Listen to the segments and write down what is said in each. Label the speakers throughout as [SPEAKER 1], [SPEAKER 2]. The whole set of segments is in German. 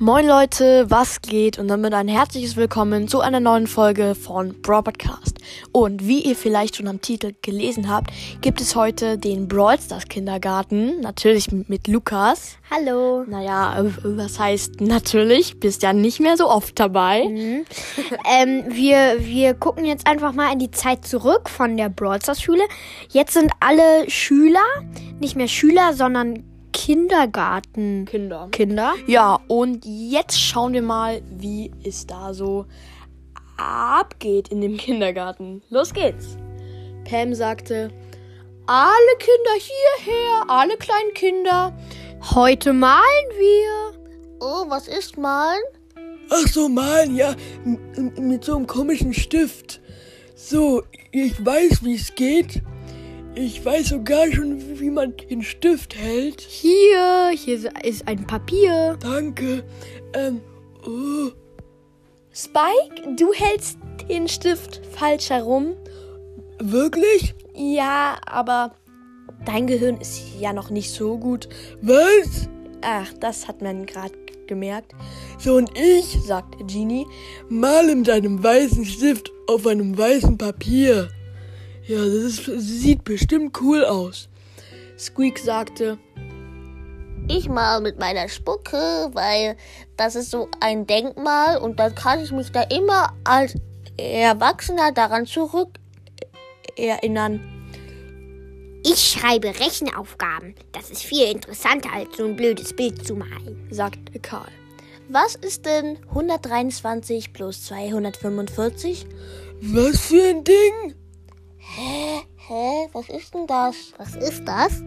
[SPEAKER 1] Moin Leute, was geht? Und damit ein herzliches Willkommen zu einer neuen Folge von Brawl Podcast. Und wie ihr vielleicht schon am Titel gelesen habt, gibt es heute den Brawl Stars Kindergarten. Natürlich mit Lukas.
[SPEAKER 2] Hallo.
[SPEAKER 1] Naja, äh, was heißt natürlich? Bist ja nicht mehr so oft dabei.
[SPEAKER 2] Ähm, wir, wir gucken jetzt einfach mal in die Zeit zurück von der Brawl Stars Schule. Jetzt sind alle Schüler, nicht mehr Schüler, sondern Kindergartenkinder.
[SPEAKER 1] Kinder. Ja, und jetzt schauen wir mal, wie es da so abgeht in dem Kindergarten. Los geht's. Pam sagte, alle Kinder hierher, alle kleinen Kinder.
[SPEAKER 2] Heute malen wir.
[SPEAKER 1] Oh, was ist malen? Ach so, malen, ja, m- m- mit so einem komischen Stift. So, ich weiß, wie es geht. Ich weiß sogar schon, wie- wie man den Stift hält.
[SPEAKER 2] Hier, hier ist ein Papier.
[SPEAKER 1] Danke. Ähm, oh. Spike, du hältst den Stift falsch herum. Wirklich? Ja, aber dein Gehirn ist ja noch nicht so gut. Was? Ach, das hat man gerade gemerkt. So und ich, sagt Genie, mal mit einem weißen Stift auf einem weißen Papier. Ja, das ist, sieht bestimmt cool aus. Squeak sagte,
[SPEAKER 3] ich mal mit meiner Spucke, weil das ist so ein Denkmal und dann kann ich mich da immer als Erwachsener daran zurück
[SPEAKER 1] erinnern.
[SPEAKER 2] Ich schreibe Rechenaufgaben. Das ist viel interessanter, als so ein blödes Bild zu malen.
[SPEAKER 1] sagt Karl.
[SPEAKER 3] Was ist denn 123 plus 245?
[SPEAKER 1] Was für ein Ding?
[SPEAKER 3] Hä, was ist denn das? Was ist das?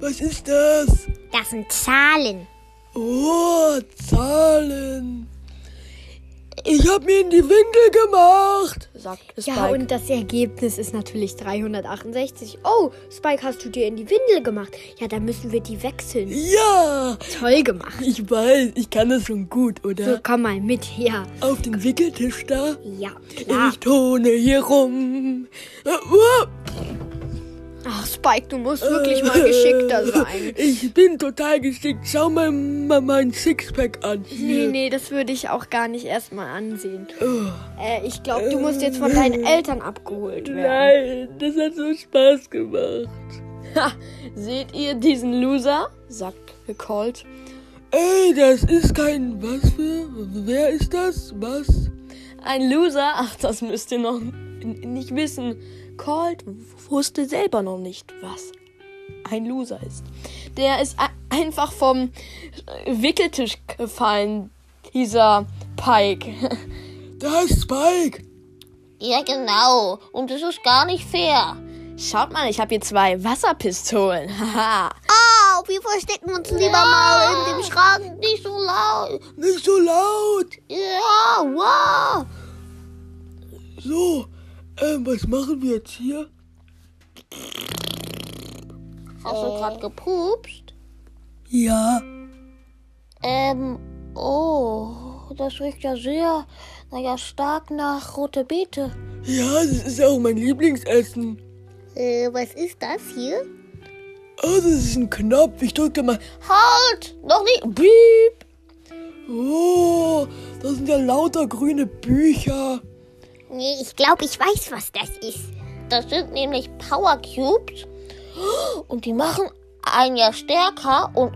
[SPEAKER 1] Was ist das?
[SPEAKER 2] Das sind Zahlen.
[SPEAKER 1] Oh, Zahlen. Ich hab mir in die Windel gemacht, sagt Spike.
[SPEAKER 2] Ja, und das Ergebnis ist natürlich 368. Oh, Spike, hast du dir in die Windel gemacht? Ja, dann müssen wir die wechseln.
[SPEAKER 1] ja,
[SPEAKER 2] Toll gemacht.
[SPEAKER 1] ich weiß, ich kann das schon gut,
[SPEAKER 2] So,
[SPEAKER 1] oder?
[SPEAKER 2] komm mal mit her.
[SPEAKER 1] Auf den Wickeltisch da.
[SPEAKER 2] Ja, klar.
[SPEAKER 1] Ich tone hier rum. Äh, uh,
[SPEAKER 2] Ach, Spike, du musst wirklich mal geschickter sein.
[SPEAKER 1] Ich bin total geschickt. Schau mal, mal mein Sixpack an.
[SPEAKER 2] Nee,
[SPEAKER 1] Hier.
[SPEAKER 2] nee, das würde ich auch gar nicht erstmal ansehen.
[SPEAKER 1] Oh.
[SPEAKER 2] Äh, ich glaube, du musst jetzt von deinen Eltern abgeholt werden.
[SPEAKER 1] Nein, das hat so Spaß gemacht. Ha, seht ihr diesen Loser? sagt Colt. Ey, das ist kein was für. Wer ist das? Was? Ein Loser? Ach, das müsst ihr noch n- nicht wissen. Colt wusste selber noch nicht, was ein Loser ist. Der ist a- einfach vom Wickeltisch gefallen, dieser Pike. Das ist Pike.
[SPEAKER 3] Ja, genau. Und das ist gar nicht fair.
[SPEAKER 1] Schaut mal, ich habe hier zwei Wasserpistolen. Haha.
[SPEAKER 3] Au, wir verstecken uns lieber mal in dem Schrank. Nicht so laut.
[SPEAKER 1] Nicht so laut.
[SPEAKER 3] Ja, wow.
[SPEAKER 1] So, ähm, was machen wir jetzt hier?
[SPEAKER 3] Hast du gerade gepupst?
[SPEAKER 1] Ja.
[SPEAKER 3] Ähm, oh, das riecht ja sehr, naja, stark nach rote Beete.
[SPEAKER 1] Ja, das ist auch mein Lieblingsessen.
[SPEAKER 3] Äh, was ist das hier?
[SPEAKER 1] Oh, das ist ein Knopf. Ich drücke da mal.
[SPEAKER 3] Halt! Noch nicht!
[SPEAKER 1] Piep. Oh, das sind ja lauter grüne Bücher.
[SPEAKER 2] Nee, ich glaube, ich weiß, was das ist.
[SPEAKER 3] Das sind nämlich Power Cubes. Und die machen ein Jahr stärker und.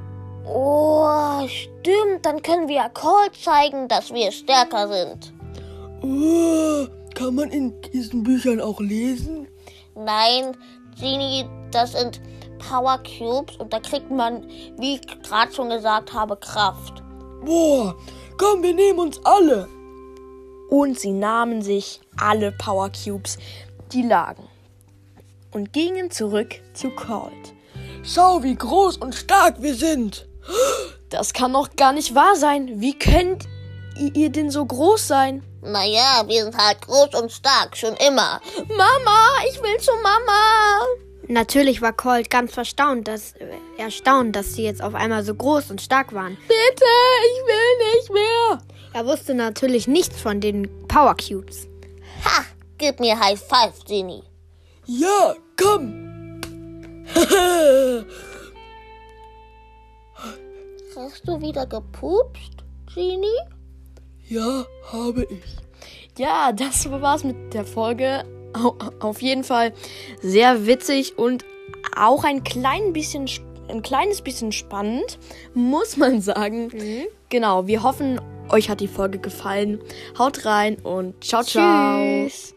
[SPEAKER 3] Oh, stimmt, dann können wir Cole zeigen, dass wir stärker sind.
[SPEAKER 1] Oh, kann man in diesen Büchern auch lesen?
[SPEAKER 3] Nein, Genie, das sind Power Cubes und da kriegt man, wie ich gerade schon gesagt habe, Kraft.
[SPEAKER 1] Boah, komm, wir nehmen uns alle. Und sie nahmen sich alle Power Cubes, die lagen, und gingen zurück zu Colt. Schau, wie groß und stark wir sind. Das kann doch gar nicht wahr sein. Wie könnt i- ihr denn so groß sein?
[SPEAKER 3] Naja, wir sind halt groß und stark, schon immer.
[SPEAKER 1] Mama, ich will zu Mama.
[SPEAKER 2] Natürlich war Colt ganz verstaunt, dass, äh, erstaunt, dass sie jetzt auf einmal so groß und stark waren.
[SPEAKER 1] Bitte, ich will nicht mehr.
[SPEAKER 2] Er wusste natürlich nichts von den Power Cubes.
[SPEAKER 3] Ha! Gib mir High Five, Genie.
[SPEAKER 1] Ja, komm.
[SPEAKER 3] Hast du wieder gepupst? Genie?
[SPEAKER 1] Ja, habe ich. Ja, das war's mit der Folge. Au- Auf jeden Fall sehr witzig und auch ein klein bisschen sp- ein kleines bisschen spannend, muss man sagen. Genau, wir hoffen, euch hat die Folge gefallen. Haut rein und ciao ciao.
[SPEAKER 2] Tschüss.